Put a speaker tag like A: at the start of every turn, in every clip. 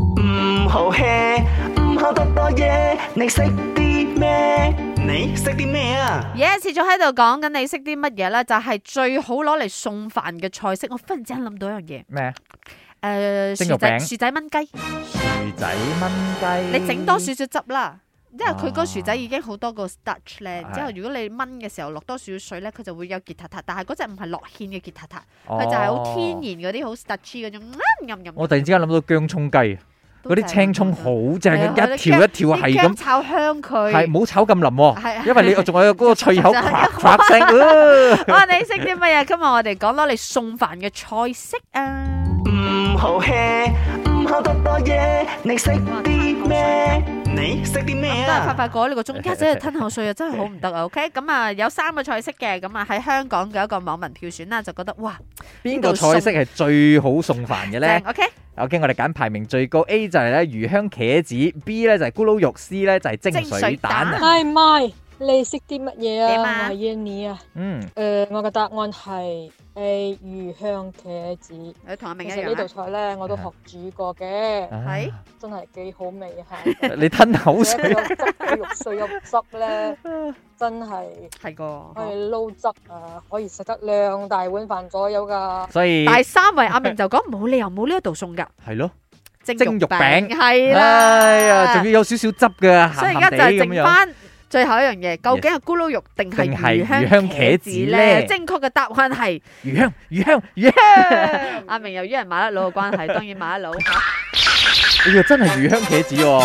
A: 唔好 hea，唔好多多嘢，你識啲咩？你識啲咩啊？
B: Yes，始喺度講緊你識啲乜嘢咧？就係、最好攞嚟送飯嘅菜式。我忽然之間諗到一樣嘢，
C: 咩？
B: 诶、
C: 蒸
B: 薯
C: 肉
B: 仔
C: 餅
B: 薯仔炆雞，
C: 薯仔炆雞。
B: 你整多少少汁啦。因為佢嗰個
C: 啊
B: 薯仔已經好多個 starch 咧，
C: 係
B: 之後如果你炆嘅時候落多少少水咧，佢就會有結塔塔，但係嗰只唔係落芡嘅結塔塔，
C: 哦，
B: 佢就係好天然嗰啲好 starchy 嗰種，嗯飲飲
C: 我突然之間諗到姜葱雞，啊嗰
B: 都
C: 啲
B: 正
C: 青葱
B: 都
C: 好正
B: 係啊
C: 嘅，
B: 佢
C: 一條
B: 啲
C: 一條
B: 啲
C: 係
B: 姜
C: 咁，
B: 炒香
C: 係
B: 佢。
C: 唔好炒咁腍喎，
B: 係啊
C: 因為你仲有 嗰個脆口，
B: 就係
C: 啪 啪聲。呃
B: 我哦話你識啲乜嘢？今日我哋講攞嚟送飯嘅菜式啊！
A: 唔好 hea，唔好多多嘢，你識啲咩？你識啲咩
B: 都係快
A: 啊？
B: 快過呢個鐘， 家姐吞口水啊，真係好唔得啊。OK，咁啊有三個菜式嘅，咁啊喺香港嘅一個網民票選啦，就覺得哇
C: 邊個菜式係最好送飯嘅
B: 正
C: 咧
B: OK，
C: ？OK，我哋揀排名最高 A 就係咧魚香茄子，B 咧就係咕嚕肉，C 咧就係蒸
B: 蒸水
C: 水蛋
B: 蛋
C: 啊。
D: 咪咪，你識啲乜嘢
B: 點
D: 啊？
B: 啊
D: 我係 Yanny 啊。
C: 嗯，
D: 誒、我嘅答案係 A 魚香茄子。
B: 你同阿明
D: 其
B: 一
D: 實呢
B: 樣啊
D: 道菜咧，我都學煮過嘅，
B: 係
C: 啊
D: 真係幾好味下。而
C: 你吞口
D: 且 佢
C: 水。
D: 有汁
B: 啊
D: 佢肉碎有汁咧，真係
B: 係
D: 可
B: 個。
D: 以撈汁啊，可以食得兩大碗飯左右㗎。
C: 所以
B: 第三位阿明就講冇理由冇呢一道餸㗎，
C: 係咯，
B: 蒸
C: 蒸肉餅
B: 係
C: 哎呀，仲
B: 啦。
C: 要有少少汁嘅，
B: 所以
C: 鹹
B: 而家
C: 鹹
B: 就
C: 地
B: 係
C: 咁
B: 剩
C: 樣。
B: 翻最後一樣嘢，究竟係咕嚕肉定係
C: 定
B: 魚
C: 係魚香
B: 茄
C: 茄
B: 子
C: 子
B: 咧？
C: 咧
B: 正確嘅答案 係
C: 魚香，魚香，魚香。
B: 阿明由於係馬甩佬嘅關係，當然馬甩佬。
C: 哎呀，真係魚香茄子喎！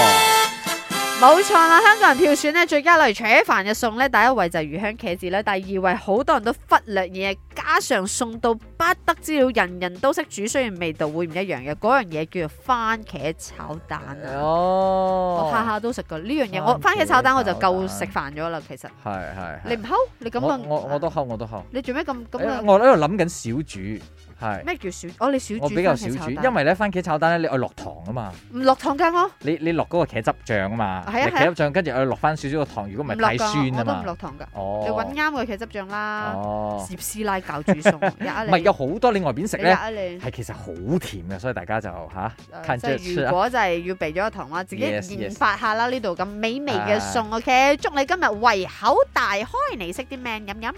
B: 冇錯啦，香港人票選咧最佳例如扯飯嘅餸咧，第一位就係魚香茄子啦，第二位好多人都忽略嘢，加上餸到不得之了，人人都識煮，雖然味道會唔一樣嘅，嗰樣嘢叫做番茄炒蛋啊！我下
C: 哦，
B: 下都食過呢樣嘢，
C: 番茄
B: 我番茄炒蛋我就夠食
C: 炒
B: 飯咗啦。其實
C: 係係。
B: 你
C: 係
B: 唔溝，你咁
C: 我
B: 樣
C: 我我都敲，我都敲。
B: 你做咩咁咁
C: 哎呀
B: 樣？
C: 我喺度諗緊小煮，係
B: 咩叫小？哦，你小煮
C: 我比較
B: 番
C: 小
B: 茄炒
C: 煮，
B: 蛋
C: 因為咧番茄炒蛋咧，你愛落糖啊嘛，
B: 唔落糖㗎我，
C: 你你落嗰個茄汁醬啊嘛，
B: 係啊
C: 你
B: 係啊
C: 茄汁醬跟住我落翻少少個糖，如果唔
B: 唔
C: 係
B: 落
C: 太
B: 㗎，
C: 酸
B: 我
C: 啊
B: 都唔落
C: 嘛。
B: 糖㗎。
C: 哦，
B: 你揾啱佢茄汁醬啦，
C: 哦，
B: 攝師奶教煮餸，
C: 唔
B: 有
C: 係
B: 你
C: 有好多你外邊食
B: 你
C: 咧
B: 吔你。
C: 係其實好甜嘅，所以大家就嚇
B: 誒
C: 看
B: 呃即
C: 着
B: 係
C: 吃
B: 如
C: 啊
B: 果就係要避咗個糖啦，自己
C: Yes, yes.
B: 研發下啦呢度咁美味嘅餸
C: 啊
B: ，OK？祝你今日胃口大開，你識啲咩飲飲。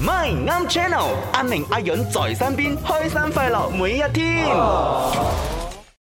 A: My 啱 channel，阿明阿允在身邊，開心快樂每一天。